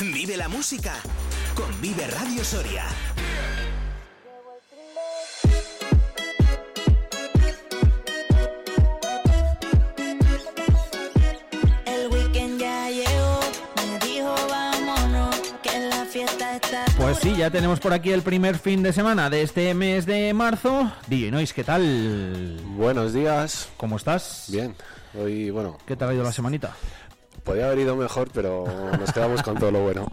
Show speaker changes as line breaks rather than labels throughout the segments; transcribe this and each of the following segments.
Vive la música con Vive Radio Soria.
El weekend ya llegó, me dijo vámonos, que la fiesta está
Pues sí, ya tenemos por aquí el primer fin de semana de este mes de marzo. DJ Noise, ¿qué tal?
Buenos días.
¿Cómo estás?
Bien. Hoy, bueno,
¿Qué tal ha ido la semanita?
podía haber ido mejor, pero nos quedamos con todo lo bueno.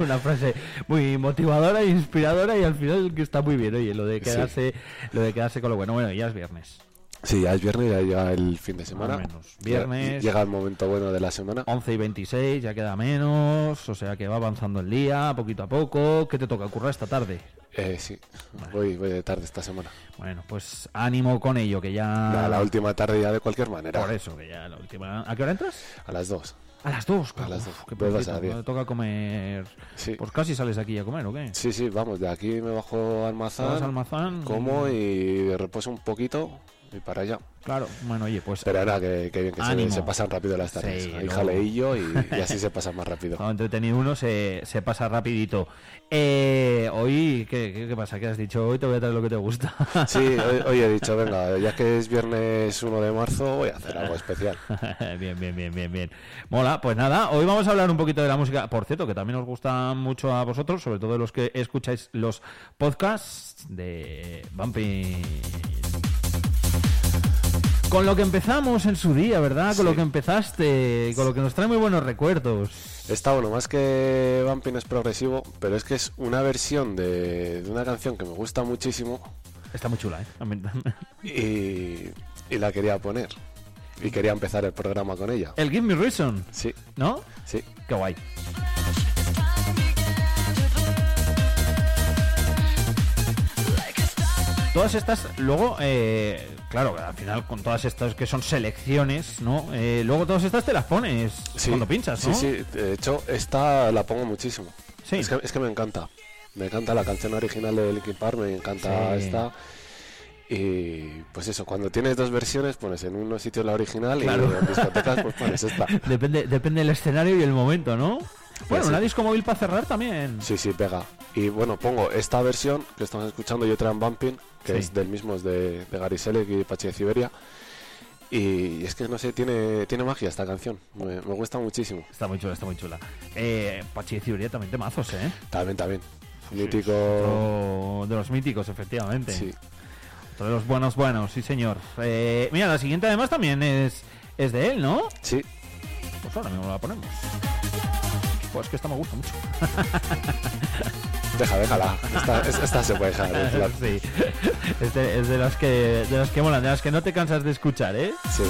Una frase muy motivadora e inspiradora y al final que está muy bien, oye, lo de quedarse, lo de quedarse con lo bueno. Bueno, ya es viernes.
Sí, ya es viernes, ya llega el fin de semana.
Más o menos. Viernes. Ah.
Llega el momento bueno de la semana.
11 y 26, ya queda menos, o sea que va avanzando el día, poquito a poco. ¿Qué te toca currar esta tarde?
Eh, sí, voy, voy de tarde esta semana.
Bueno, pues ánimo con ello, que ya...
La, la última tarde ya de cualquier manera.
Por eso, que ya la última... ¿A qué hora entras?
A las dos.
A las dos, claro.
las
Uf,
dos.
qué
Vuelves
perdido,
a las diez.
me toca comer.
Sí.
Pues casi sales de aquí a comer, ¿o qué?
Sí, sí, vamos, de aquí me bajo al
Vas
mazán,
al mazán.
como y reposo un poquito y para allá.
Claro, bueno, oye, pues.
Pero ahora que, que bien que se,
Ánimo.
se pasan rápido las tardes.
Sí,
Hay
luego.
jaleillo y, y así se pasa más rápido.
cuando entretenido uno se, se pasa rapidito. Eh, hoy, ¿qué, qué, qué pasa? ¿Qué has dicho? Hoy te voy a traer lo que te gusta.
Sí, hoy, hoy he dicho, venga, ya que es viernes 1 de marzo, voy a hacer algo especial.
bien, bien, bien, bien, bien. Mola, pues nada, hoy vamos a hablar un poquito de la música. Por cierto, que también os gusta mucho a vosotros, sobre todo los que escucháis los podcasts de Bumpy. Con lo que empezamos en su día, ¿verdad? Con lo
Sí.
que empezaste, con lo que nos trae muy buenos recuerdos.
Está bueno, más que Bumping es progresivo, pero es que es una versión de, de una canción que me gusta muchísimo
Está muy chula, ¿eh? A mí-
y, y la quería poner. Y quería empezar el programa con ella.
El Give Me Reason,
Sí,
¿no?
sí.
Qué guay. Todas estas, luego, eh, claro, al final con todas estas que son selecciones, ¿no? Eh, luego todas estas te las pones
sí
cuando pinchas, ¿no?
Sí, sí. De hecho, esta la pongo muchísimo.
Sí.
Es, que, es que me encanta. Me encanta la canción original de Linkin Park, me encanta
Sí.
esta. Y pues eso, cuando tienes dos versiones, pones en unos sitios la original
Claro.
y en discotecas pues pones esta.
Depende, depende del escenario y el momento, ¿no? Bueno,
sí.
una disco móvil para cerrar también.
Sí, sí, pega. Y bueno, pongo esta versión que estamos escuchando y otra en Bumping, que
Sí.
es del mismo, es de, de Gary Selleck y Pachi de Siberia. Y es que no sé, tiene, tiene magia esta canción. Me, me gusta muchísimo.
Está muy chula, está muy chula. Eh, Pachi de Ciuría también temazos, ¿eh?
También, también. Mítico.
Otro De los míticos, efectivamente.
Oh. Sí.
Otro de los buenos, buenos, sí, señor. Eh, mira, la siguiente además también es, es de él, ¿no?
Sí,
Pues ahora mismo la ponemos. Pues que esta me gusta mucho.
deja, déjala. Esta, es- esta se puede dejar. en plan.
sí. Es de, es de las que de las que molan, de las que no te cansas de escuchar, ¿eh?
Sí.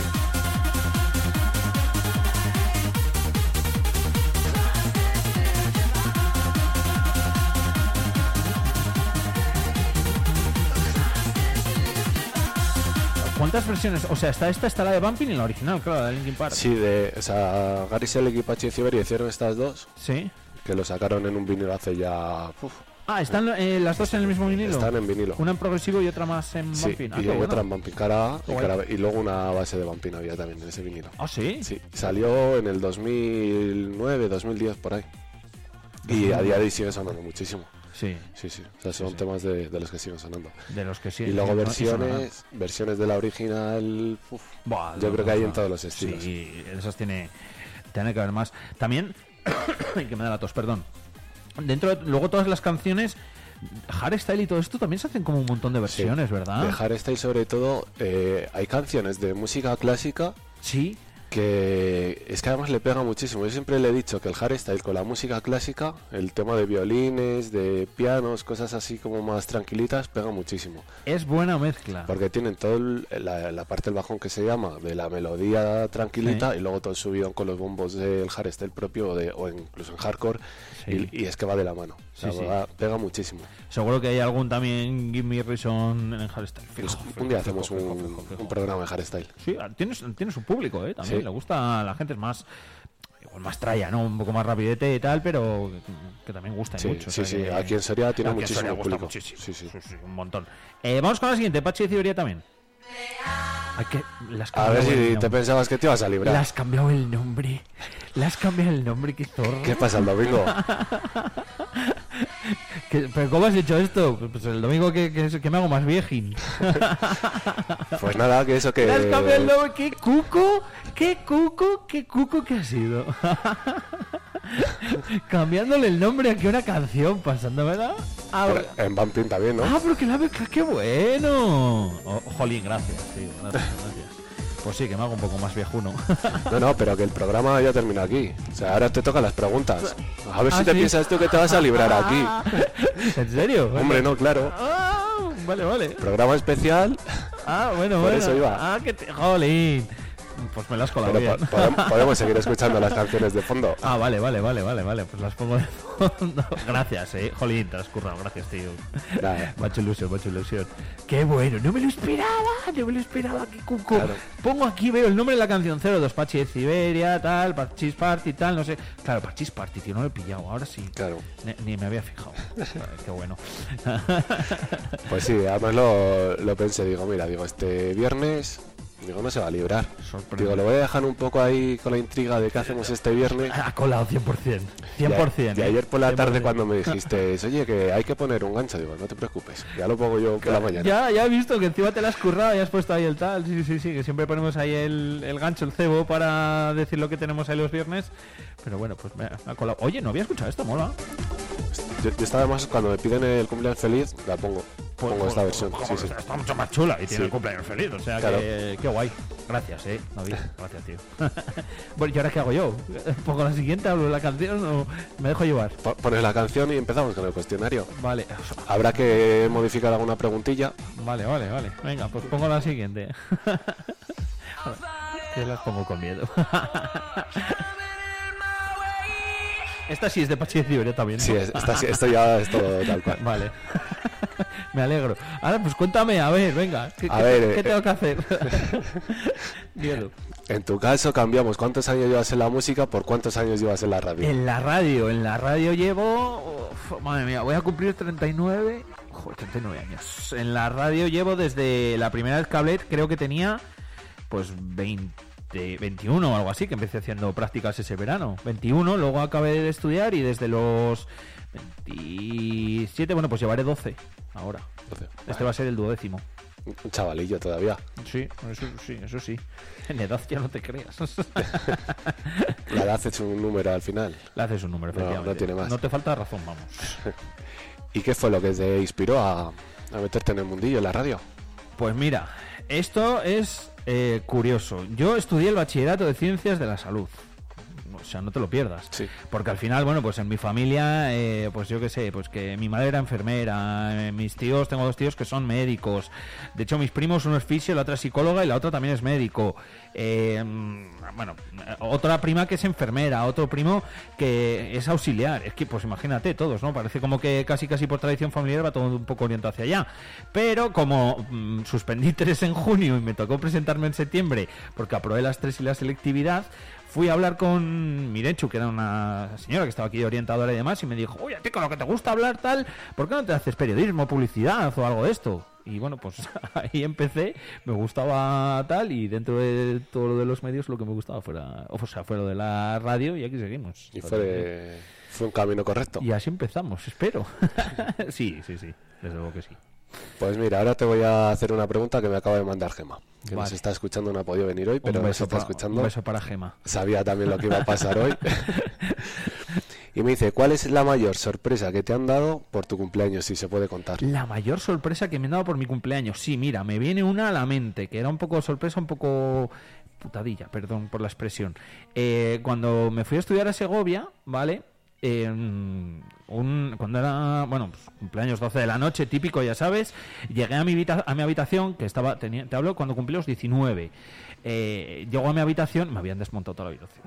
¿Cuántas versiones? O sea, está esta, está la de Bumping y la original, claro, la de Linkin Park.
Sí, de, o sea, Gary Selleck y Pachi de Siberia hicieron estas dos,
Sí.
que lo sacaron en un vinilo hace ya... uf,
Ah, están eh, las dos en el mismo vinilo.
están en vinilo.
Una en progresivo y otra más en
Sí,
Bumping. Ah,
y
qué bueno.
otra en Bumping cara A y,
Guay.
cara B, y luego una base de Bumping había también en ese vinilo.
Ah, sí.
Sí, salió en el 2009, 2010 por ahí. Y a día de hoy sigue sonando muchísimo.
Sí.
Sí, sí. O sea, son temas de, de los que siguen sonando.
De los que sí.
y luego
no- sonarán.
versiones, versiones de la original. uf,
Buah,
yo
no,
creo que hay
no,
en
no.
todos los estilos.
Sí, de esas tiene, tiene que haber más. También, ay, que me da la tos, perdón. Dentro de, luego todas las canciones, Hardstyle y todo esto también se hacen como un montón de
Sí.
versiones, ¿verdad?
De hardstyle sobre todo, eh, hay canciones de música clásica
Sí,
que es que además le pega muchísimo. Yo siempre le he dicho que el hardstyle con la música clásica, el tema de violines, de pianos, cosas así como más tranquilitas, pega muchísimo.
es buena mezcla.
Porque tienen todo el- la, la parte del bajón que se llama de la melodía tranquilita
Sí.
y luego todo el subidón con los bombos del hardstyle propio o, de- o incluso en hardcore
Sí.
y, y es que va de la mano. O sea,
Sí, sí.
va- pega muchísimo.
Seguro que hay algún también Give Me Reason en Hardstyle. Fijo,
Pues
fijo,
un día
fijo,
hacemos
fijo,
un,
fijo, fijo.
un programa de hardstyle.
Sí, ah, tienes, tienes un público, ¿eh? También
Sí.
le gusta, la gente es más... Igual más traya, ¿no? Un poco más rapidete y tal, pero que también gusta y
Sí,
mucho. o sea
sí, sí.
que-
Aquí en Soria tiene
Aquí en Soria
muchísimo
gusta
público.
muchísimo.
Sí, sí.
un montón. Eh, vamos con la siguiente, Pachi de Ciberia también. Hay que- le has
A ver
cambiado el
si te
nombre.
pensabas que te ibas a
Le
librar.
has cambiado el nombre. Le has cambiado el nombre, qué zorra.
¿Qué pasa el domingo?
¿Qué- ¿Pero cómo has hecho esto? Pues el domingo que, que- que me hago más viejín.
Pues nada, que eso que...
Le has cambiado el nombre, qué cuco, qué cuco, qué cuco que ha sido. Cambiándole el nombre aquí a una canción, pasándomela a...
Pero En Bumping también, ¿no?
Ah, porque la beca, qué bueno. Oh, jolín, gracias, tío, gracias, gracias. Pues sí, que me hago un poco más viejuno.
No, no, pero que el programa ya termina aquí. O sea, ahora te tocan las preguntas. A ver
Ah,
si
¿sí?
te
Ah.
piensas tú que te vas a librar aquí.
¿En serio?
Hombre, no, claro.
Ah, vale, vale.
Programa especial,
Ah, bueno,
Por
bueno.
eso iba.
Ah, que te... Jolín. Pues me las colado
pero
bien.
po- podem- podemos seguir escuchando las canciones de fondo.
Ah, vale, vale, vale, vale, vale. Pues las pongo de fondo. Gracias, eh. Jolín, te has currado. Gracias, tío.
Nada.
Macho ilusión, macho ilusión. Qué bueno, no me lo esperaba, no me lo esperaba, qué cuco.
Claro.
Pongo aquí, veo el nombre de la canción 02, Pachi de Siberia, tal, Parchis Party, tal, no sé. Claro, Parchis Party, tío, no lo he pillado, ahora sí.
Claro.
Ni, ni me había fijado. Joder, qué bueno.
Pues sí, además lo, lo pensé, digo, mira, digo, este viernes, digo, no se va a librar.
Sorprendente.
Digo, lo voy a dejar un poco ahí con la intriga de qué hacemos este viernes.
Ha colado 100%. 100%.
Y, a- y ayer por la tarde
100%.
cuando me dijiste, oye, que hay que poner un gancho, digo, no te preocupes, ya lo pongo yo por la mañana.
Ya, ya he visto que encima te la has currado y has puesto ahí el tal. Sí, sí, sí, que siempre ponemos ahí el, el gancho, el cebo para decir lo que tenemos ahí los viernes. Pero bueno, pues me ha me ha colado. Oye, no había escuchado esto, mola.
Yo, yo estaba más cuando me piden el cumpleaños feliz, la pongo.
Pues,
pongo esta
pues,
versión.
pues,
sí,
pues,
sí.
Está mucho más chula y tiene
Sí.
el cumpleaños feliz. O sea
Claro.
que qué guay. Gracias, eh, David. Gracias, tío. bueno, ¿y ahora qué hago yo? ¿Pongo la siguiente? ¿Hablo de la canción o me dejo llevar?
Po- Pones la canción y empezamos con el cuestionario.
Vale,
Habrá que modificar alguna preguntilla.
vale, vale, vale. Venga, pues pongo la siguiente. que las pongo con miedo. Esta sí es de Pachi de Ciberia también. ¿no?
Sí, es- esta, sí- esto ya es todo tal cual.
Vale. Me alegro. Ahora, pues cuéntame, a ver, venga. ¿Qué,
A
qué-
ver,
qué
eh,
tengo que hacer? Miedo.
En tu caso cambiamos cuántos años llevas en la música por cuántos años llevas en la radio.
En la radio, en la radio llevo. uf, madre mía, voy a cumplir 39. Joder, 39 años. En la radio llevo desde la primera vez que hablé, creo que tenía. Pues 20, 21 o algo así, que empecé haciendo prácticas ese verano. 21, luego acabé de estudiar y desde los 27, bueno, pues llevaré 12 ahora. Este va a ser el duodécimo.
Un chavalillo todavía.
Sí, eso sí, eso sí. En edad ya no te creas.
La edad es un número al final.
Le haces un número,
No, no
efectivamente.
tiene más.
No te falta razón, vamos.
¿Y qué fue lo que te inspiró a, a meterte en el mundillo, en la radio?
Pues mira, esto es eh, curioso. Yo estudié el bachillerato de ciencias de la salud. O sea, no te lo pierdas.
Sí.
Porque al final, bueno, pues en mi familia, eh, pues yo qué sé, pues que mi madre era enfermera, eh, mis tíos, tengo dos tíos que son médicos. De hecho, mis primos, uno es fisio, la otra es psicóloga y la otra también es médico. Eh, mm, bueno, eh, otra prima que es enfermera, otro primo que es auxiliar. Es que, pues imagínate, todos, ¿no? Parece como que casi, casi por tradición familiar va todo un poco orientado hacia allá. Pero como mm, suspendí tres en junio y me tocó presentarme en septiembre porque aprobé las tres y la selectividad, fui a hablar con Mirechu, que era una señora que estaba aquí de orientadora y demás, y me dijo, oye, a ti con lo que te gusta hablar tal, ¿por qué no te haces periodismo, publicidad o algo de esto? Y bueno, pues ahí empecé, me gustaba tal, y dentro de todo lo de los medios lo que me gustaba fuera, o sea, fue lo de la radio y aquí seguimos.
Y fue, de- fue un camino correcto.
Y así empezamos, espero. sí, sí, sí, desde luego que sí.
Pues mira, ahora te voy a hacer una pregunta que me acaba de mandar Gema. Que nos
Vale.
está escuchando, no ha podido venir hoy, pero
un,
nos
beso
está
para,
escuchando.
un beso para Gema.
Sabía también lo que iba a pasar hoy. y me dice, ¿cuál es la mayor sorpresa que te han dado por tu cumpleaños, si se puede contar?
La mayor sorpresa que me han dado por mi cumpleaños. Sí, mira, me viene una a la mente, que era un poco sorpresa, un poco putadilla, perdón por la expresión. Eh, cuando me fui a estudiar a Segovia, ¿vale? Eh, un- cuando era, bueno, pues, cumpleaños 12 de la noche, típico, ya sabes, llegué a mi, habita- a mi habitación, que estaba, tenía- te hablo, cuando cumplí los 19. Eh, llego a mi habitación, me habían desmontado toda la habitación.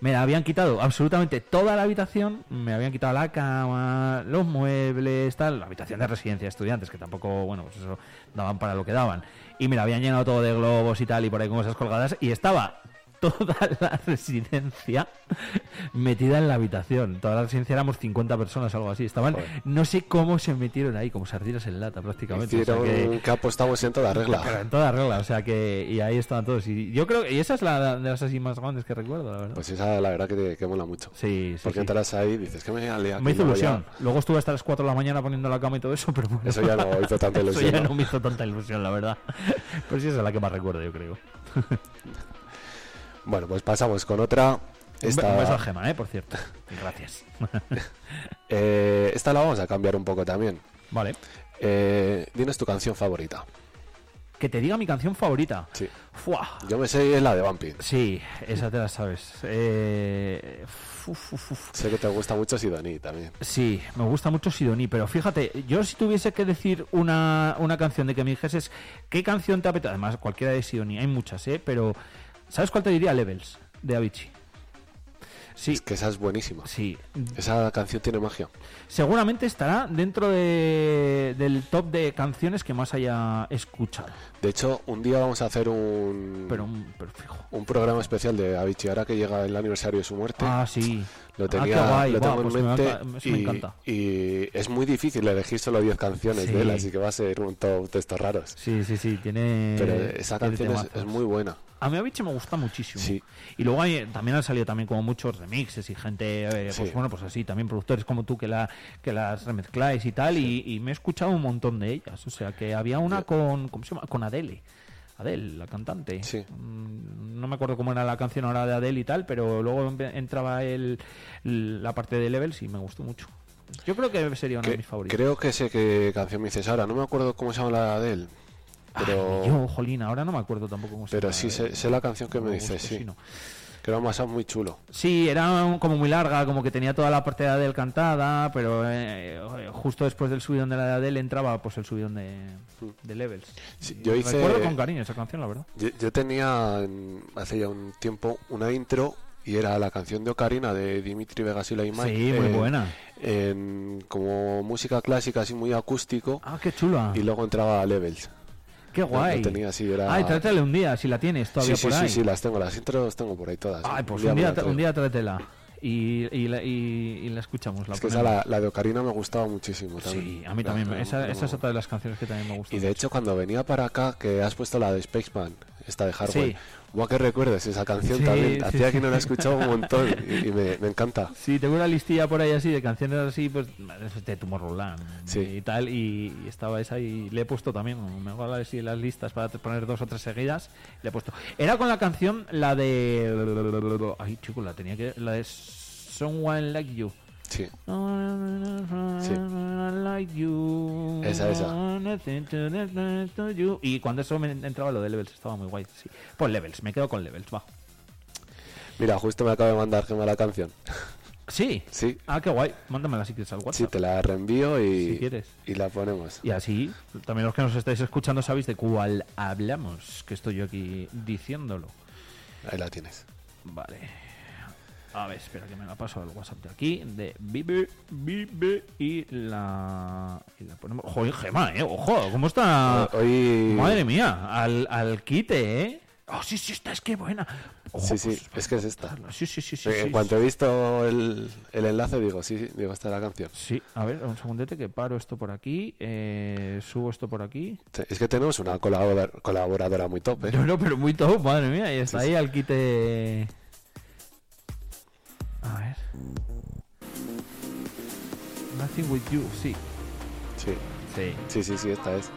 Me la habían quitado absolutamente toda la habitación. Me habían quitado la cama, los muebles, tal. La habitación de residencia de estudiantes, que tampoco, bueno, pues eso daban para lo que daban. Y me la habían llenado todo de globos y tal, y por ahí con cosas colgadas. Y estaba toda la residencia metida en la habitación. Toda la residencia éramos 50 personas, algo así. Estaban,
Joder.
no sé cómo se metieron ahí, como sardinas en lata prácticamente. O sea
Hicieron
que-
que apostamos en toda
Claro,
regla.
en toda regla, o sea que. Y ahí estaban todos. Y yo creo y esa es la la de las así más grandes que recuerdo, la verdad.
Pues esa la verdad que, te, que mola mucho.
sí, sí.
Porque
sí.
entras ahí y dices que me he liado
Me
aquí,
hizo
no,
ilusión.
ya".
Luego estuve hasta las 4 de la mañana poniendo la cama y todo eso, pero bueno.
Eso ya no hizo tanta
Eso
ilusión.
ya
¿no?
no me hizo tanta ilusión, la verdad. Pero sí, esa es la que más recuerdo, yo creo.
Bueno, pues pasamos con otra.
Un be- un beso a
Esta,
Gema, ¿eh? Por cierto. Gracias.
eh, esta la vamos a cambiar un poco también.
vale.
Eh, dinos tu canción favorita.
Que te diga mi canción favorita.
Sí.
Fuah.
Yo me sé es la de Bumping.
Sí, esa te la sabes. Eh, uf, uf, uf.
Sé que te gusta mucho Sidoní también.
Sí, me gusta mucho Sidoní, pero fíjate, yo si tuviese que decir una, una canción de que me dijeses qué canción te apetece, además cualquiera de Sidoní, hay muchas, ¿eh? Pero ¿sabes cuál te diría? Levels, de Avicii. Sí,
Es que esa es buenísima.
sí.
Esa canción tiene magia.
Seguramente estará dentro de- del top de canciones que más haya escuchado,
De hecho, un día vamos a hacer un,
pero, un- pero fijo.
un programa especial de Avicii. Ahora que llega el aniversario de su muerte,
Ah, sí.
lo
ah,
tenía
qué guay.
lo
Buah,
tengo
pues
en
me
mente.
encanta- eso
y,
me encanta.
y es muy difícil elegir solo 10 canciones
Sí.
de él, así que va a ser un top de estos raros.
Sí, sí, sí, tiene...
Pero esa
tiene
canción es,
temazos.
es muy buena.
A mí Avicii me gusta muchísimo.
Sí.
Y luego hay- también han salido también como muchos remixes y gente, eh, pues
Sí.
bueno, pues así, también productores como tú que, la, que las remezcláis y tal, y, y me he escuchado un montón de ellas. O sea, que había una con, ¿cómo se llama? Con Adele. Adele, la cantante.
Sí.
Mm, No me acuerdo cómo era la canción ahora de Adele y tal, pero luego empe- entraba el, la parte de Levels y me gustó mucho. Yo creo que sería una
Que-
de mis favoritas.
creo que sé qué canción me dices ahora. No me acuerdo cómo se llama la de él. Pero,
Ay, yo, jolín, ahora no me acuerdo tampoco cómo se
pero
llama
sí,
Adele.
sé, sé la canción que me
No,
dices,
gusto,
sí.
sí, no.
Que era un mashup muy chulo.
Sí, era un- como muy larga, como que tenía toda la parte de Adele cantada, pero eh, justo después del subidón de la de Adele entraba pues el subidón de, de Levels.
Sí,
Y
yo hice-
Recuerdo con cariño esa canción, la verdad.
Yo, yo tenía en- hace ya un tiempo una intro y era la canción de Ocarina de Dimitri Vegas y Laimai.
Sí, muy buena.
En, como música clásica, así muy acústico.
Ah, qué chula.
Y luego entraba a Levels.
Qué guay.
lo tenía así, era-
Ay, trátela un día, si la tienes
Sí,
todavía
sí,
por
sí,
ahí.
sí, las tengo, las intros las tengo por ahí todas.
Ay, pues
me
un día,
la
tra-
traigo.
un día trátela. Y, y la, y- y la escuchamos. La
Es que esa,
ponemos.
la, la de Ocarina me gustaba muchísimo también.
Sí, a mí
La-
también.
la-
esa,
la-
esa es otra de las canciones que también me gusta.
Y de hecho, cuando venía para acá, que has puesto la de Spaceman, esta de Hardware,
Sí.
guau, que recuerdes esa canción
Sí, sí,
también. Hacía que no la
sí.
escuchaba un montón y, y me, me encanta.
Sí, tengo una listilla por ahí así de canciones así, pues de Tomorrowland
Sí.
y tal, y, y estaba esa y le he puesto también, como me hago así las listas para te- poner dos o tres seguidas, le he puesto. Era con la canción, la de... Ay, chico, la tenía que... La de Someone Like You.
Sí, Sí.
Someone Like you.
Esa, esa.
Nothing to nothing to you. Y cuando eso me entraba lo de levels, estaba muy guay. Sí. Pues levels, me quedo con levels, va.
mira, justo me acaba de mandar Gemma la canción.
Sí.
Sí,
Ah, qué guay. Mándamela si quieres al WhatsApp.
sí, te la reenvío y,
Si quieres.
y la ponemos.
Y así, también los que nos estáis escuchando sabéis de cuál hablamos, que estoy yo aquí diciéndolo.
Ahí la tienes.
Vale. A ver, espera que me la paso al WhatsApp de aquí, de Vive, Vive y la... Y la ponemos... Joder, Gema, ¿eh? Ojo, ¿cómo está?
Hoy.
Ah, Madre mía, al, al quite, ¿eh? Oh, sí, sí, esta es que buena. Ojo,
Sí, sí,
pues,
es que es esta. Eh,
vale, Sí, sí, sí, sí.
En
sí,
cuanto he visto el, el enlace, digo, sí, sí, digo, esta es la canción.
Sí, a ver, un segundete que paro esto por aquí, eh, subo esto por aquí.
Te- Es que tenemos una colabora- colaboradora muy top, ¿eh?
No, no, pero muy top, madre mía. Y está
Sí, sí.
ahí al quite. A ver. Nothing with you, sí.
Sí,
Sí.
sí, sí, sí, esta es.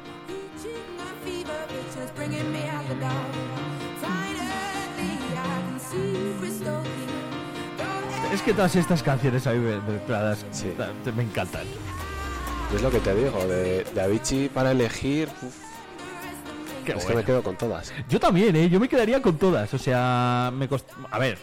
Es que todas estas canciones ahí me- mezcladas
Sí.
ta- te- me encantan.
Es lo que te digo, de, de Avicii para elegir, uf,
Qué
es que
bueno.
me quedo con todas.
Yo también, ¿eh? Yo me quedaría con todas. O sea, me cost... A ver,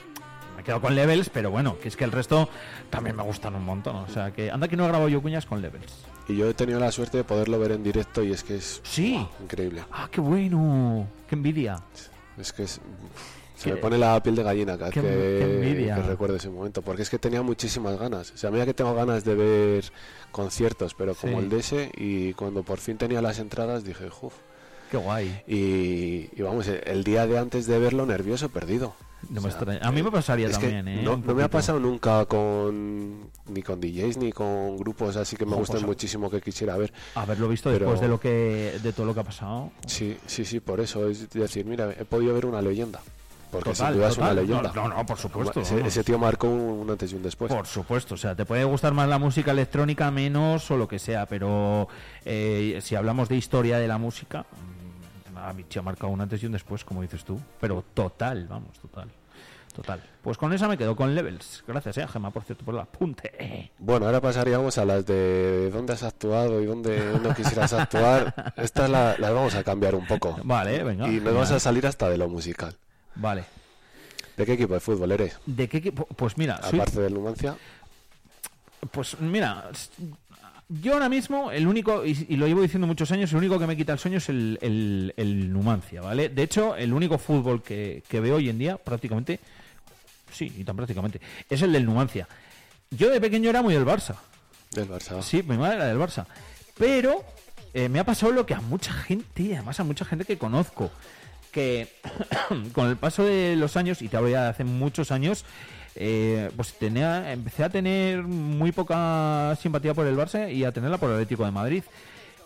me quedo con levels, pero bueno, que es que el resto también me gustan un montón. O sea, que anda que no grabo yo cuñas con levels.
Y yo he tenido la suerte de poderlo ver en directo y es que es
Sí.
¡buah! increíble.
Ah, qué bueno. Qué envidia.
Es que es- se
Qué-
me pone la piel de gallina cada
qué-
vez que,
qué envidia.
que recuerdo ese momento, porque es que tenía muchísimas ganas. O sea, mira que tengo ganas de ver conciertos, pero como
Sí.
el de ese, y cuando por fin tenía las entradas dije, uff,
Qué guay.
Y, y vamos, eh, el día de antes de verlo, nervioso, perdido.
No
O
me
sea,
extraña. A mí me pasaría
es que
también, ¿eh?
no,
Un
no me ha
poquito.
pasado nunca con ni con DJs ni con grupos así que me
Ojo,
gustan
pues,
muchísimo que quisiera ver.
Haberlo visto
pero-
después de lo que de todo lo que ha pasado.
Sí, sí, sí, por eso es decir, mira, he podido ver una leyenda. Porque
Total,
sin duda es
total.
una leyenda.
No, no, no, por supuesto,
Ese,
vamos.
ese tío marcó un, un antes y un después.
Por supuesto, o sea, te puede gustar más la música electrónica, menos o lo que sea, pero eh, si hablamos de historia de la música, mm, a mí se ha marcado un antes y un después, como dices tú, pero total, vamos, total. Total. Pues con esa me quedo con Levels. Gracias, eh, Gemma, por cierto, por el apunte.
Bueno, ahora pasaríamos a las de dónde has actuado y dónde no quisieras actuar. Estas la- las vamos a cambiar un poco.
Vale, venga.
y nos
genial.
vamos a salir hasta de lo musical.
Vale.
¿De qué equipo de fútbol eres?
¿De qué equipo? Pues mira, soy-
Aparte del Numancia.
Pues mira, s- yo ahora mismo, el único, y, y lo llevo diciendo muchos años, el único que me quita el sueño es el, el- el Numancia, ¿vale? De hecho, el único fútbol que, que veo hoy en día, prácticamente, sí, y tan prácticamente, es el del Numancia. Yo de pequeño era muy del Barça,
Del Barça.
sí, mi madre era del Barça, pero eh, me ha pasado lo que a mucha gente, y además a mucha gente que conozco, que con el paso de los años, y te hablo ya de hace muchos años, eh, pues tenía, empecé a tener muy poca simpatía por el Barça y a tenerla por el Atlético de Madrid.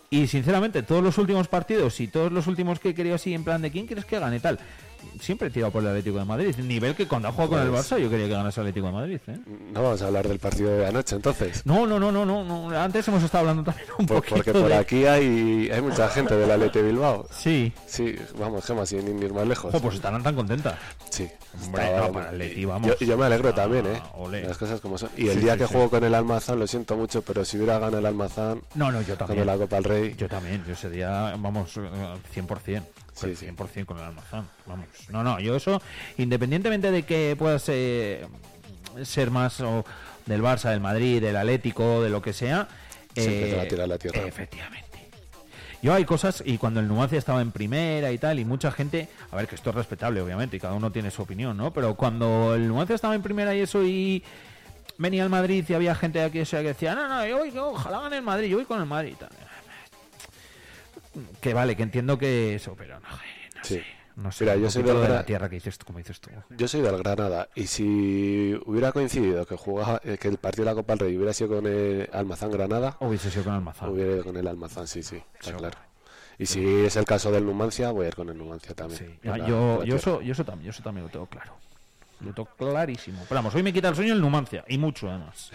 Y sinceramente, todos los últimos partidos y todos los últimos que he querido así, en plan de quién quieres que gane tal, siempre he tirado por el Atlético de Madrid. Nivel que cuando ha jugado con el
Pues-
Barça yo quería que ganase el Atlético de Madrid. ¿eh?
No vamos a hablar del partido de anoche entonces.
No, no, no, no, no, no. Antes hemos estado hablando también un
Por-
poquito
porque por
de-
aquí hay, hay mucha gente del Alete Bilbao.
Sí.
Sí, vamos, Gemma, sin ir más lejos.
Jo, pues estarán tan contentas.
Sí.
Hombre,
Estaba-
no, para el Leti, vamos.
Yo, yo me alegro
Ah,
también, ¿eh?
ole.
Las cosas como son. Y el
Sí,
día
sí,
que
sí.
juego con el Almazán, lo siento mucho, pero si hubiera ganado el Almazán
No, no, yo
con
también.
la Copa del Rey,
Yo también, yo ese día, vamos, eh, 100%.
Sí,
pero
sí.
100% con el almazán, vamos. No, no, yo eso, independientemente de que puedas eh, ser más o del Barça, del Madrid, del Atlético, de lo que sea. eh,
Siempre te va a tirar la tierra.
Efectivamente. Yo hay cosas, y cuando el Numancia estaba en primera y tal, y mucha gente, a ver que esto es respetable, obviamente, y cada uno tiene su opinión, ¿no? Pero cuando el Numancia estaba en primera y eso, y venía al Madrid y había gente de aquí o sea, que decía, no, no, yo voy, yo ojalá gane el Madrid, yo voy con el Madrid y tal. Que vale, que entiendo que eso, pero no, eh, no
Sí.
sé. No sé,
Mira,
un
yo soy
poquito
del
de
Gra-
la tierra que dices tú, como dices tú.
yo soy del Granada. Y si hubiera coincidido que jugaba, eh, que el partido de la Copa del Rey hubiera sido con el Almazán Granada,
Hubiese sido con Almazán.
hubiera ido con el Almazán, sí, sí, está
Ah. Seguro.
claro. Y si es el caso del Numancia, voy a ir con el Numancia también.
Sí. Ah,
Con la- con
yo,
la
yo,
tierra.
eso, yo, eso también, yo eso también lo tengo claro. Lo tengo clarísimo. Pero vamos, hoy me quita el sueño el Numancia, y mucho además.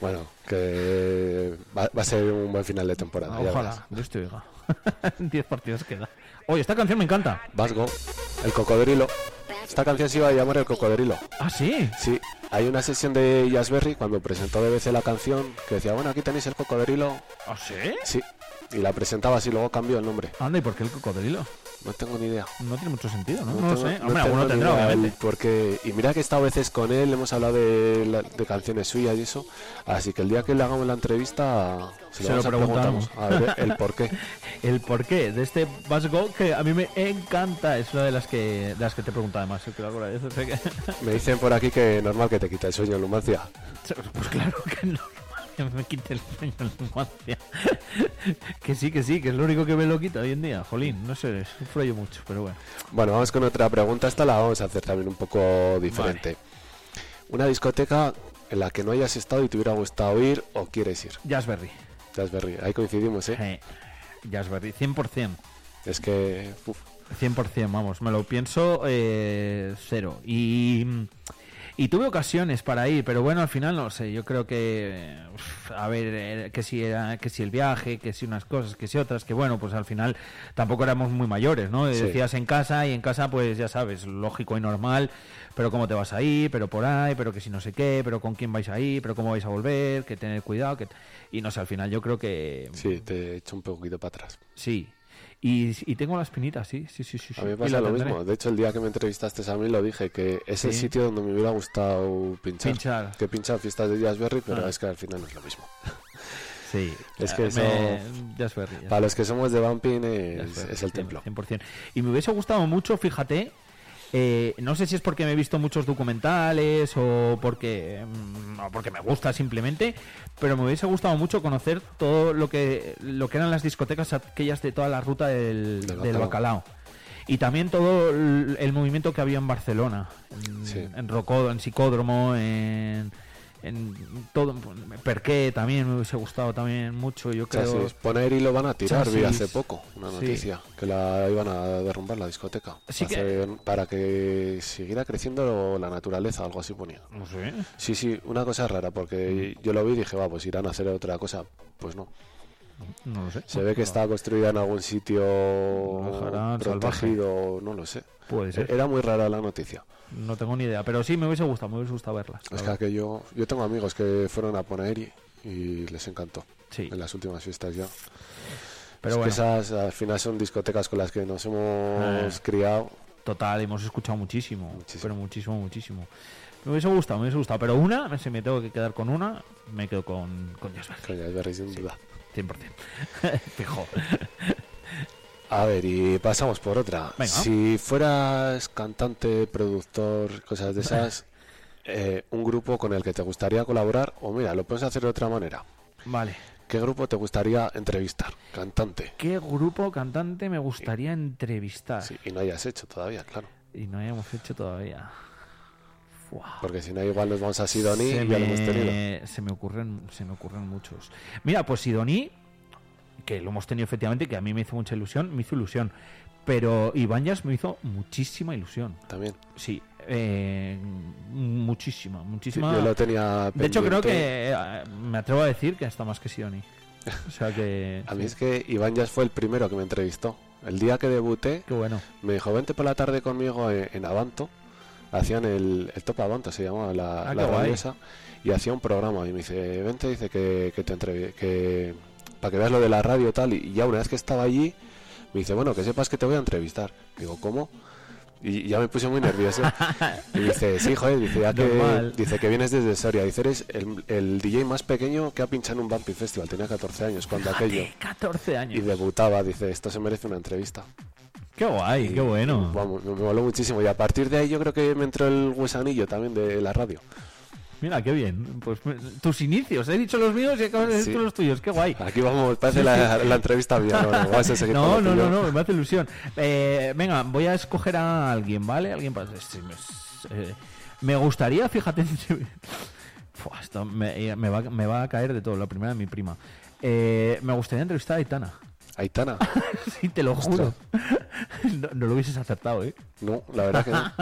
Bueno, que va, va a ser un buen final de temporada. ya verás.
Ojalá, Dios te oiga. Diez partidos queda. Oye, esta canción me encanta.
Vasgo, el cocodrilo. Esta canción se iba a llamar El cocodrilo.
Ah, sí.
Sí, hay una sesión de Jazzberry cuando presentó BBC la canción que decía, bueno, aquí tenéis el cocodrilo.
¿Ah, sí?
Sí, y la presentaba así, luego cambió el nombre.
Anda, ¿y por qué el cocodrilo?
No tengo ni idea.
No tiene mucho sentido, ¿no? No, lo
tengo-
sé. Hombre,
tengo
alguno
ni
tendrá,
idea,
obviamente.
el Porque, y mira que he estado a veces con él, hemos hablado de, la- de canciones suyas y eso. Así que el día que le hagamos la entrevista, se lo,
Se lo
vamos a preguntar,
preguntamos.
A ver el por qué.
el porqué de este Vasgo que a mí me encanta. Es una de las que, de las que te preguntaba más. Yo creo alguna vez, o sea que-
Me dicen por aquí que normal que te quita el sueño, Lumancia.
Pues claro que no. que Me quite el sueño en la infancia. Que sí, que sí, que es lo único que me lo quita hoy en día. Jolín, no sé, sufro yo mucho, pero bueno.
Bueno, vamos con otra pregunta. Esta la vamos a hacer también un poco diferente. Una discoteca en la que no hayas estado y te hubiera gustado ir o quieres ir.
Jazzberry.
Raspberry, ahí coincidimos, ¿eh?
Eh, Jazzberry, 100%.
Es que. uf,
100%, vamos, me lo pienso eh, cero. Y, y tuve ocasiones para ir, pero bueno, al final no sé, yo creo que, uf, a ver, eh, que si, era, que si el viaje, que si unas cosas, que si otras, que bueno, pues al final tampoco éramos muy mayores, ¿no?
Sí.
Decías en casa y en casa pues ya sabes, lógico y normal, pero cómo te vas ahí, pero por ahí, pero que si no sé qué, pero con quién vais ahí, pero cómo vais a volver, que tener cuidado, que... Y no sé, al final yo creo que...
sí, te echo un poquito para atrás.
Sí. Y, y tengo las pinitas, sí, sí, sí, sí. sí.
A mí me
Y
pasa
la
lo
tendré.
mismo. De hecho, el día que me entrevistaste a mí lo dije, que es el
Sí.
sitio donde me hubiera gustado pinchar.
Pinchar.
Que pincha fiestas de Raspberry, pero
Ah.
es que al final no es lo mismo.
Sí.
Es que
Eh,
eso-
me- ya es Berry, ya
Para los que somos de
es
Vampin es,
Berry,
es el
cien-
templo.
100%. Y me hubiese gustado mucho, fíjate, Eh, no sé si es porque me he visto muchos documentales o porque, mm, o porque me gusta simplemente, pero me hubiese gustado mucho conocer todo lo que, lo que eran las discotecas aquellas de toda la ruta del,
Del
del
bacalao.
bacalao. Y también todo el el movimiento que había en Barcelona, en,
Sí.
en Rocó- en Psicódromo, en, en todo, Perqué también me hubiese gustado también mucho, yo creo.
Chasis. Poner y lo van a tirar, vi
Chasis.
hace poco una
Sí.
noticia, que la iban a derrumbar la discoteca.
Así que-
Hace- Para que siguiera creciendo la naturaleza, algo así ponía.
No sé.
Sí, sí, una cosa rara, porque
Mm.
yo lo vi y dije, va, pues irán a hacer otra cosa. Pues no.
No lo sé.
Se ve que está construida en algún sitio
jarán,
protegido, no lo sé.
Puede ser.
Era muy rara la noticia.
No tengo ni idea. Pero sí, me hubiese gustado, me hubiese gustado verlas.
Es que aquello. Yo tengo amigos que fueron a poner y, y les encantó.
Sí.
En las últimas fiestas ya.
Pero
Es
bueno,
que esas al final son discotecas con las que nos hemos
Eh.
criado.
total, hemos escuchado muchísimo,
Muchísimo.
Pero muchísimo, muchísimo. Me hubiese gustado, me hubiese gustado. Pero una, si me tengo que quedar con una, me quedo con, con Jasper,
Coño, es verdad, sin duda.
100%. Fijo.
A ver, y pasamos por otra.
Venga.
Si fueras cantante, productor, cosas de esas, eh, un grupo con el que te gustaría colaborar, o mira, lo puedes hacer de otra manera.
Vale.
¿Qué grupo te gustaría entrevistar? Cantante.
¿Qué grupo cantante me gustaría entrevistar?
Sí, y no hayas hecho todavía, claro.
Y no hayamos hecho todavía. Fuah.
Porque si no, igual nos vamos a Sidoní
se,
y ya lo hemos tenido.
me, se me ocurren se me ocurren muchos mira pues Sidoní que lo hemos tenido efectivamente que a mí me hizo mucha ilusión me hizo ilusión pero Ibañas me hizo muchísima ilusión
También.
sí eh, muchísima
Sí,
muchísima
Yo lo tenía
de hecho creo
pendiente.
que eh, me atrevo a decir que está más que Sidoní o sea que
A mí es que Iván Yas fue el primero que me entrevistó. El día que debuté,
qué bueno
me dijo, vente por la tarde conmigo en, en Avanto. Hacían el, el Top Avanto, se llamaba la,
Ah,
la
qué guay.
radio esa, Y hacía un programa y me dice, vente, dice que, que te entrevi- que para que veas lo de la radio tal. Y ya una vez que estaba allí, me dice, bueno, que sepas que te voy a entrevistar. Digo, ¿cómo? Y ya me puse muy nervioso. Y dice, sí, joder, dice, ya que,
Normal.
dice que vienes desde Soria. Dice, eres el, el DJ más pequeño que ha pinchado en un Bumpy Festival. Tenía 14 años cuando aquello.
Fíjate, 14
Y
años
debutaba, dice, esto se merece una entrevista.
qué guay qué bueno
Vamos, me, me moló muchísimo. Y a partir de ahí yo creo que me entró el gusanillo también de la radio.
mira qué bien pues me- tus inicios he dicho los míos y acabas de decir
Sí.
tú los tuyos qué guay
Aquí vamos, parece la, la entrevista mía. No, no, vas a seguir con
No,
lo
no,
tuyo.
no, no, me hace ilusión. Eh, venga, voy a escoger a alguien, ¿vale? Alguien para. sí, me, eh, me gustaría, fíjate. Fua, esto me, me va, me va a caer de todo, la primera de mi prima. Eh, me gustaría entrevistar a Aitana.
Aitana.
Sí, te lo juro. No, no lo hubieses acertado, ¿eh?
No, la verdad que no.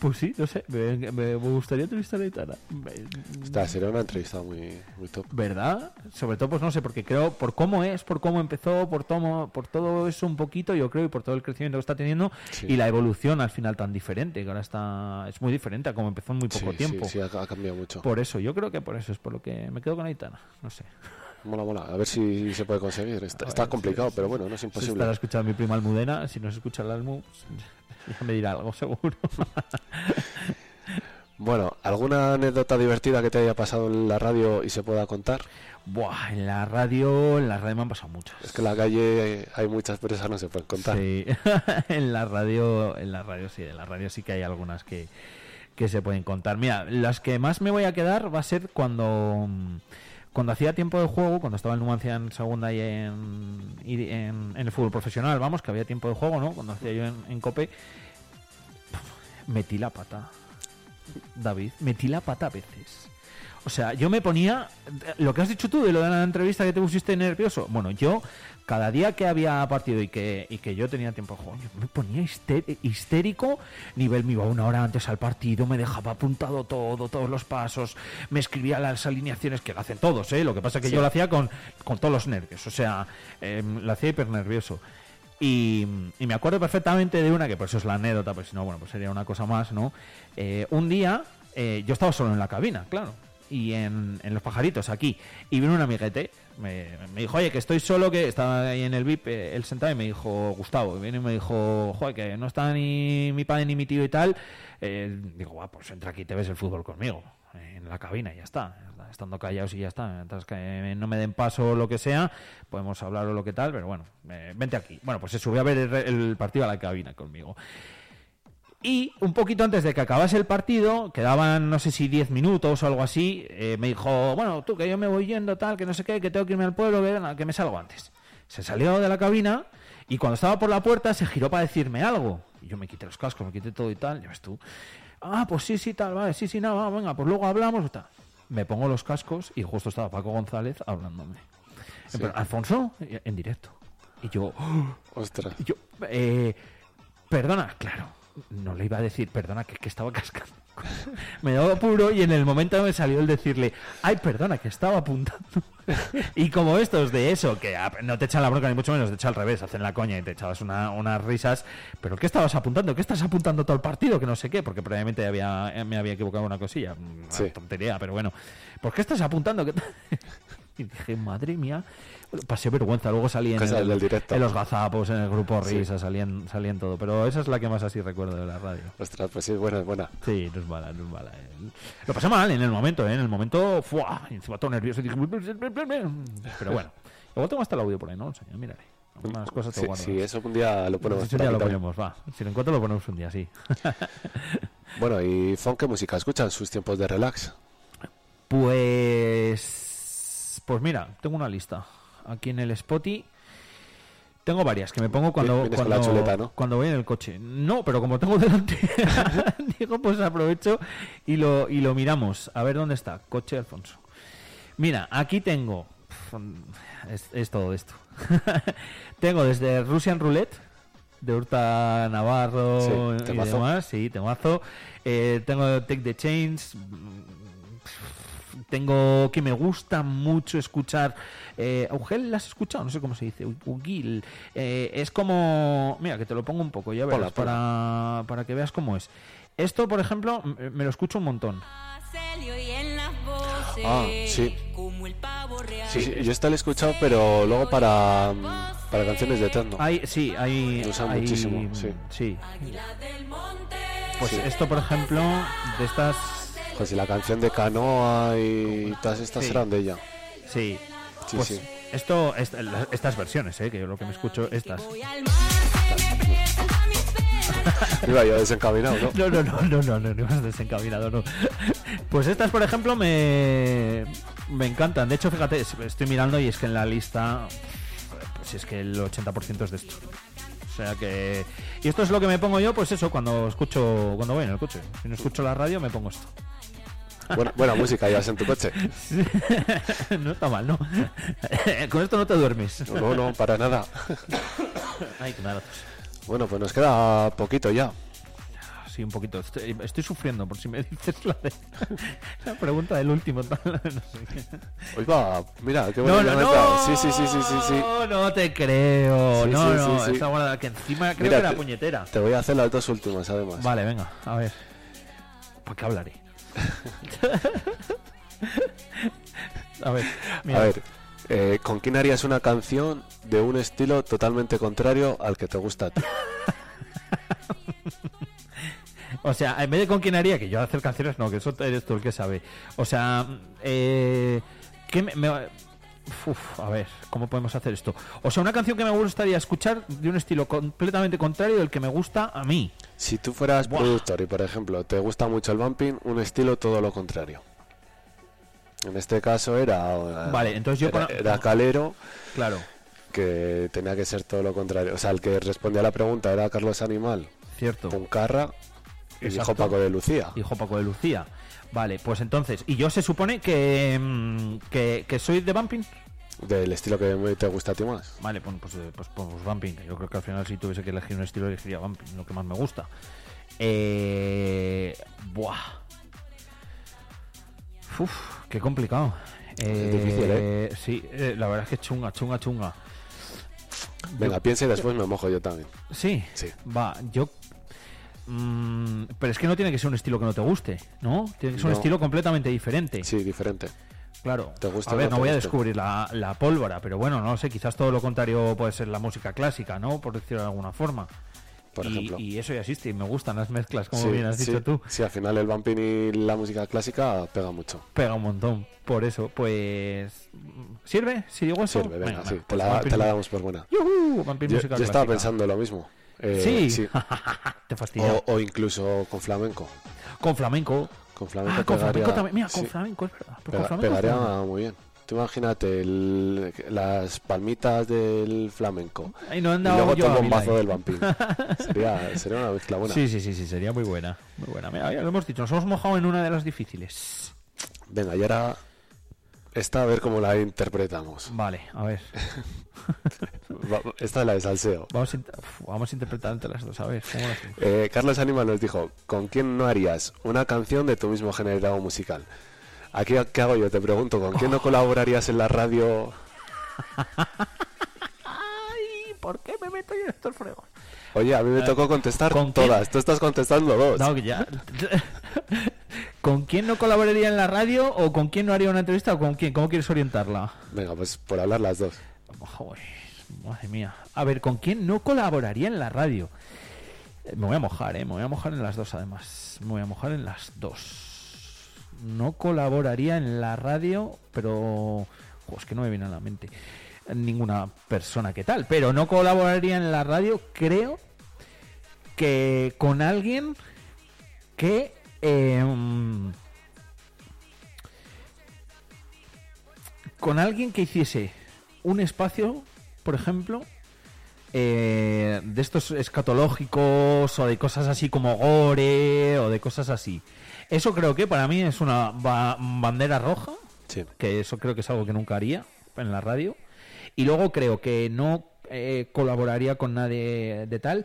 Pues sí, no sé. Me, me gustaría entrevistar a Aitana. Me-
Está, sería una entrevista muy, muy top.
¿Verdad? Sobre todo, pues no sé, porque creo, por cómo es, por cómo empezó, por, tomo, por todo eso un poquito, yo creo, y por todo el crecimiento que está teniendo,
Sí.
y la evolución al final tan diferente, que ahora está, es muy diferente a como empezó en muy poco
sí,
tiempo. Pues
sí, sí, ha, ha cambiado mucho.
Por eso, yo creo que por eso es por lo que me quedo con Aitana, no sé.
Mola, mola. A ver si se puede conseguir. Está,
A
está
ver,
complicado,
sí, sí, sí.
pero bueno, no es
Si estará
imposible.
escuchando mi prima Almudena, si no se escucha el Almu, ya me dirá algo seguro.
Bueno, ¿alguna anécdota divertida que te haya pasado en la radio y se pueda contar?
Buah, en la radio, en la radio me han pasado muchas.
Es que en la calle hay muchas, pero esas no se pueden contar.
Sí, en la radio, en la radio sí, en la radio sí que hay algunas que, que se pueden contar. Mira, las que más me voy a quedar va a ser cuando mm, cuando hacía tiempo de juego, cuando estaba en Numancia en segunda y en, y en, en el fútbol profesional, vamos, que había tiempo de juego, ¿no? Cuando hacía yo en, en Cope, metí la pata. David, metí la pata a veces. O sea, yo me ponía. Lo que has dicho tú de lo de la entrevista que te pusiste nervioso. Bueno, yo, cada día que había partido y que, y que yo tenía tiempo de juego, yo me ponía histé- histérico. Nivel, me iba una hora antes al partido, me dejaba apuntado todo, todos los pasos, me escribía las alineaciones que lo hacen todos, ¿eh? Lo que pasa es que yo lo hacía con, con todos los nervios. O sea, eh, lo hacía hiper nervioso. Y, y me acuerdo perfectamente de una, que por eso es la anécdota, pues si no, bueno, pues sería una cosa más, ¿no? Eh, un día eh, yo estaba solo en la cabina, claro, y en, en Los Pajaritos, aquí, y vino un amiguete, me, me dijo, oye, que estoy solo, que estaba ahí en el VIP, eh, él sentado, y me dijo, Gustavo, y viene y me dijo, joder, que no está ni mi padre ni mi tío y tal, Eh, digo, va, pues entra aquí y te ves el fútbol conmigo, eh, en la cabina y ya está, estando callados y ya está, mientras que eh, no me den paso o lo que sea, podemos hablar o lo que tal, pero bueno, eh, vente aquí. Bueno, pues se subió a ver el, el partido a la cabina conmigo. Y un poquito antes de que acabase el partido, quedaban no sé si 10 minutos o algo así, eh, me dijo, bueno, tú que yo me voy yendo, tal, que no sé qué, que tengo que irme al pueblo, que, venga, que me salgo antes. Se salió de la cabina y cuando estaba por la puerta se giró para decirme algo. Y yo me quité los cascos, me quité todo y tal, ya ves tú. Ah, pues sí, sí, tal, vale, sí, sí, nada, va, venga, pues luego hablamos. Tal. Me pongo los cascos y justo estaba Paco González hablándome. En plan, Alfonso, en directo. Y yo, ¡oh!
Ostras.
Y yo, eh, perdona, claro, no le iba a decir, perdona, que, que estaba cascando. Me daba puro y en el momento me salió el decirle, ay, perdona, que estaba apuntando. y como estos de eso, que ah, no te echan la bronca ni mucho menos, te echan al revés, hacen la coña y te echabas una- unas risas, pero ¿qué estabas apuntando? ¿Qué estás apuntando todo el partido? Que no sé qué, porque previamente había, eh, me había equivocado una cosilla, una
Sí.
tontería, pero bueno. ¿Por qué estás apuntando? ¿Qué tal?" y dije, madre mía, pasé vergüenza, luego salí en,
Cosas
el-
del directo.
en los gazapos, pues, en el grupo risa, salían, salían todo, pero esa es la que más así recuerdo de la radio.
Ostras, pues sí, buena, buena.
Sí, no es mala, no es mala. eh. Lo pasé mal en el momento, ¿eh? En el momento, ¡fua! Y Encima todo nervioso. y dije, Pero bueno. Igual tengo hasta el audio por ahí, ¿no? O sea, ya miraré. Algunas cosas
Sí,
te guardo.
sí, eso un día lo ponemos.
Eso
por
ya
aquí
lo
también.
ponemos, va. Si lo encuentro, lo ponemos un día, sí.
Bueno, ¿y Fon qué música escuchan sus tiempos de relax?
Pues. Pues mira, tengo una lista. Aquí en el Spotify. Tengo varias que me pongo cuando,
Vienes con
cuando,
la chuleta, ¿no?
cuando voy en el coche. No, pero como tengo delante, digo, pues aprovecho y lo, y lo miramos. A ver dónde está. Coche Alfonso. Mira, aquí tengo. Es, es todo esto. tengo desde Russian Roulette, de Hurta Navarro
Sí,
y
temazo.
demás. Sí, temazo. Eh, tengo Take the Chains. Tengo que me gusta mucho escuchar. Eh, Augel, ¿la has escuchado? No sé cómo se dice. U- Ugil. Eh, es como. Mira, que te lo pongo un poco, ya verás,
Ponla, ponla.
Para, para que veas cómo es. Esto, por ejemplo, m- eh, me lo escucho un montón.
Celio y en las voces.
Ah, sí.
Como el pavo real.
Sí, sí, yo esta la he escuchado, pero luego para, para canciones de techno.
Hay, sí, hay.
Lo usan
hay-
muchísimo, sí.
sí.
Águila del monte.
Pues
Sí.
esto, por ejemplo, de estas.
Pues si la canción de Canoa y todas estas
Sí.
eran de ella.
Sí.
Sí,
pues
sí.
Esto, est- la- estas versiones, ¿eh? que yo lo que me escucho, estas.
Voy al mar. Se me presenta mis penas.
Iba yo desencaminado, ¿no?
No, no, no, no, no, no, no, es desencaminado, no. Pues estas, por ejemplo, me, me encantan. De hecho, fíjate, es- estoy mirando y es que en la lista, pues es que el 80% es de esto. O sea que... Y esto es lo que me pongo yo, pues eso, cuando escucho, cuando voy en el coche. Si no escucho la radio, me pongo esto.
Buena, buena música llevas en tu coche.
no está mal, ¿no? Con esto no te duermes.
No, no, para nada.
Ay, qué maravos.
Bueno, pues nos queda poquito ya.
Sí, un poquito. Estoy, estoy sufriendo por si me dices la, de- la pregunta del último. Tal, no sé qué.
Hoy va, mira, qué bueno
no, no,
Sí, sí, sí, sí, sí, sí.
No, no te creo.
Sí,
no,
sí,
no,
sí, sí.
esa guarda que encima creo
Mira,
que era
te-
puñetera.
Te voy a hacer las dos últimas, además.
Vale, venga, a ver. ¿Para qué hablaré? a ver, mira.
A ver, eh, ¿con quién harías una canción de un estilo totalmente contrario al que te gusta a ti?
O sea, en vez de con quién haría, que yo hacer canciones, no, que eso eres tú el que sabe. O sea, eh, ¿qué me, me- Uf, a ver, ¿cómo podemos hacer esto? O sea, una canción que me gustaría escuchar de un estilo completamente contrario del que me gusta a mí.
Si tú fueras
Buah.
productor y, por ejemplo, te gusta mucho el bumping, un estilo todo lo contrario. En este caso era. eh,
Vale, entonces yo
Era,
con-
era Calero,
Claro.
que tenía que ser todo lo contrario. O sea, el que respondía a la pregunta era Carlos Animal,
Cierto.
Puncarra y
Exacto.
dijo Paco de Lucía.
Hijo Paco de Lucía. Vale, pues entonces, y yo se supone que, mm, que, que soy de Bumping.
Del estilo que muy te gusta a ti más.
Vale, bueno, pues, eh, pues, pues, pues Bumping. Yo creo que al final si tuviese que elegir un estilo, elegiría Bumping, lo que más me gusta. Eh, buah. Uf, qué complicado. Eh,
difícil, ¿eh?
Sí, eh, la verdad es que chunga, chunga, chunga.
Venga, piensa y después me mojo yo también.
Sí.
Sí.
Va, yo. Mm, pero es que no tiene que ser un estilo que no te guste, ¿no? Tiene que ser un
No.
estilo completamente diferente.
Sí, diferente.
Claro.
¿Te gusta
a
o
ver,
no
no
te
voy a
gusta?
descubrir la, la pólvora, pero bueno, no sé, quizás todo lo contrario puede ser la música clásica, ¿no? Por decirlo de alguna forma.
Por
y,
ejemplo.
y eso ya existe y me gustan las mezclas, como
Sí,
bien has
sí,
dicho tú.
Sí, al final el bumping y la música clásica pega mucho.
Pega un montón. Por eso, pues. ¿Sirve? ¿Si digo eso?
Sirve, venga, sí, te
pues
la,
Vampir-
te la damos por buena.
¡Yujú! Vampir
Yo,
música
yo estaba
clásica.
pensando lo mismo. Eh,
sí. Ah, Te fastidia.
O, o incluso con flamenco.
Con flamenco.
Con flamenco,
Ah, con flamenco
pegaría-
también. Mira, con
sí,
flamenco, es verdad. Pero
pega-
con flamenco
pegaría
está-
muy bien. Tú imagínate el- las palmitas del flamenco.
Ahí no
Y
han dado
luego
yo
todo
a
el bombazo
Vilay.
del vampiro. Sería, sería una mezcla buena.
Sí, sí, sí, sí, sería muy buena. Muy buena. Mira, ya lo hemos dicho, nos hemos mojado en una de las difíciles.
Venga, y ahora esta a ver cómo la interpretamos.
Vale, a ver.
Va- Esta es la de salseo.
Vamos a, int- uf, vamos a interpretar entre las dos, a ver. ¿cómo lo hacemos?
Eh, Carlos Anima nos dijo, ¿con quién no harías una canción de tu mismo género musical? Aquí, ¿qué hago yo? Te pregunto, ¿con quién no
Oh.
colaborarías en la radio?
Ay, ¿por qué me meto yo en estos fregos?
Oye, a mí me tocó contestar
Eh, ¿con quién?
todas. Tú estás contestando dos.
No, que ya. ¿Con quién no colaboraría en la radio o con quién no haría una entrevista o con quién? ¿Cómo quieres orientarla?
Venga, pues por hablar las dos.
Joder, madre mía. A ver, ¿con quién no colaboraría en la radio? Eh, Me voy a mojar, ¿eh? Me voy a mojar en las dos, además. Me voy a mojar en las dos. No colaboraría en la radio, pero... jo, es que no me viene a la mente ninguna persona que tal. Pero no colaboraría en la radio, creo, que con alguien que... eh, mm, con alguien que hiciese un espacio, por ejemplo, eh, de estos escatológicos o de cosas así como gore o de cosas así. Eso creo que para mí es una ba- bandera roja,
Sí.
que eso creo que es algo que nunca haría en la radio. Y luego creo que no eh, colaboraría con nadie de tal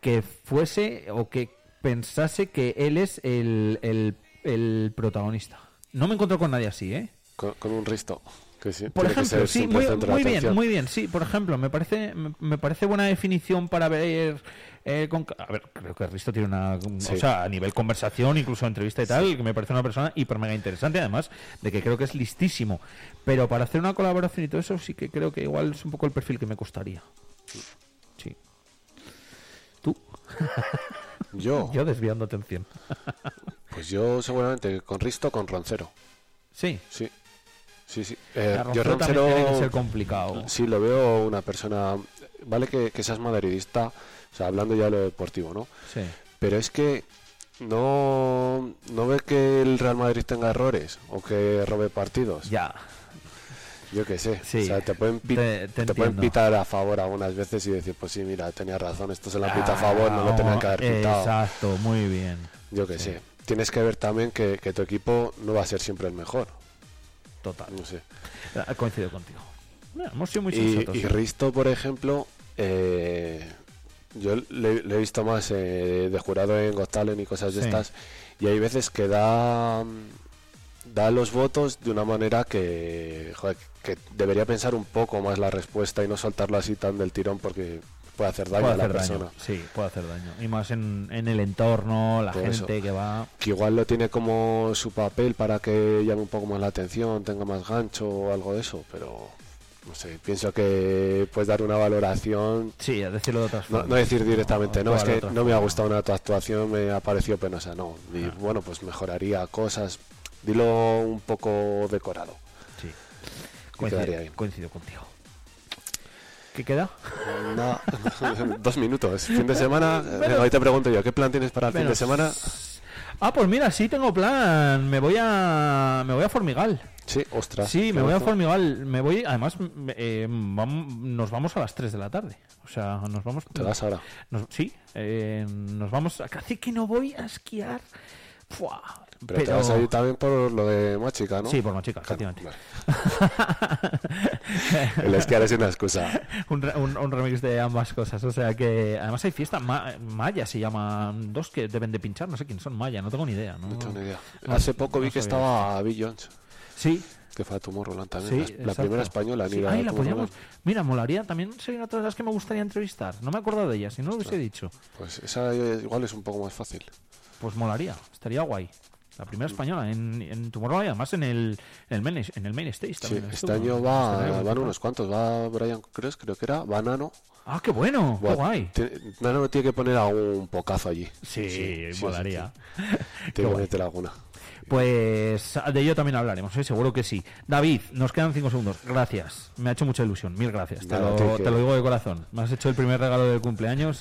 que fuese o que pensase que él es el, el- el protagonista. No me encuentro con nadie así, ¿eh?
Con, con un risto. Que sí,
Por
tiene que
ejemplo,
ser
sí,
siempre
muy,
el centro de
muy bien,
atención.
muy bien, sí, por ejemplo, me parece me, me parece buena definición para ver eh, con, a ver, creo que Risto tiene una o
Sí.
sea, a nivel conversación, incluso entrevista y tal, que me parece una persona hiper mega interesante además de que creo que es listísimo, pero para hacer una colaboración y todo eso sí que creo que igual es un poco el perfil que me costaría. Sí. Tú,
Yo,
yo desviando atención.
pues yo seguramente con risto, con roncero.
Sí.
Sí. Sí, sí. Eh,
la
yo
Roncero también
roncero.
tiene que ser complicado.
Sí, lo veo una persona. Vale que, que seas madridista, o sea, hablando ya de lo deportivo, ¿no?
Sí.
Pero es que no, no ve que el Real Madrid tenga errores o que robe partidos.
Ya.
Yo qué sé.
Sí,
o sea, te pueden, pi-
te- te
te pueden
entiendo.
pitar a favor algunas veces y decir, pues sí, mira, tenía razón, esto se la pita a
Ah,
favor, no lo tenían que haber pitado.
Exacto, muy bien.
Yo qué sé. Tienes que ver también que, que tu equipo no va a ser siempre el mejor.
Total.
No sé.
Ah, Coincido contigo. Bueno, hemos sido muy
Y,
sensatos.
y Risto, por ejemplo, eh, yo le, le he visto más eh, de jurado en Got Talent y cosas de
Sí.
estas, y hay veces que da mm, da los votos de una manera que, joder, que debería pensar un poco más la respuesta y no soltarlo así tan del tirón porque puede hacer daño
puede
a la
hacer
persona.
daño. Sí, puede hacer daño. Y más en, en el entorno, la
Por
gente
eso.
que va.
Que igual lo tiene como su papel para que llame un poco más la atención, tenga más gancho o algo de eso, pero no sé, pienso que puedes dar una valoración
Sí, a decirlo de otras
No,
formas.
no decir directamente, no, es
actuar de
que
otras
no me ha
formas.
gustado una tu actuación, me ha parecido penosa, no. Y
Ah.
bueno, pues mejoraría cosas. Dilo un poco decorado.
Sí.
quedaría
Coincido,
bien.
coincido contigo. ¿Qué queda?
No, dos minutos. Fin de semana. eh, venga, hoy te pregunto yo, ¿qué plan tienes para el fin de
Menos.
semana?
Ah, pues mira, sí tengo plan. Me voy a me voy a Formigal.
Sí, ostras.
Sí, me
Ah, qué
voy a
gusto.
Formigal. Me voy, además, me- eh, vam- nos vamos a las 3 de la tarde. O sea, nos vamos.
Te vas ahora.
Nos- sí, eh, nos vamos a... Casi que no voy a esquiar. Fua,
Pero, te vas a ir también por lo de Machica, ¿no?
Sí, por Machica,
Claro,
efectivamente.
vale. El esquiar es una excusa.
un, re- un- un remix de ambas cosas. O sea que... Además hay fiesta. Ma- Maya se llaman dos que deben de pinchar. No sé quién son Maya. No tengo ni idea. No,
No tengo ni idea.
No,
Hace poco
no
vi que
sabía.
estaba Bill Jones,
Sí,
que fue a Tomorrowland
sí.
también. la- la,
exacto.
primera española.
Sí,
ni
ay, la
Tomorrowland.
podíamos... Mira, molaría. También sería otra de las que me gustaría entrevistar. No me he acordado de ella. Si no lo hubiese dicho,
Pues esa eh, igual es un poco más fácil.
pues molaría. Estaría guay. La primera española en, en Tomorrowland y además en el, en el, main, en el main stage.
Sí,
También
este
estuvo.
año va,
Estaría
van
guay.
unos cuantos. Va Brian Cruz, creo que era. Va Nano.
Ah, qué bueno, qué
Buah,
guay.
te- Nano tiene que poner algún pocazo allí.
Sí,
sí,
molaría.
sí,
Qué
Tiene que
guay.
meter alguna.
Pues de ello también hablaremos, ¿eh? seguro que sí. David, nos quedan cinco segundos. Gracias. Me ha hecho mucha ilusión. Mil gracias. Te,
Nada,
lo,
tío, que-
te lo digo de corazón. Me has hecho el primer regalo del cumpleaños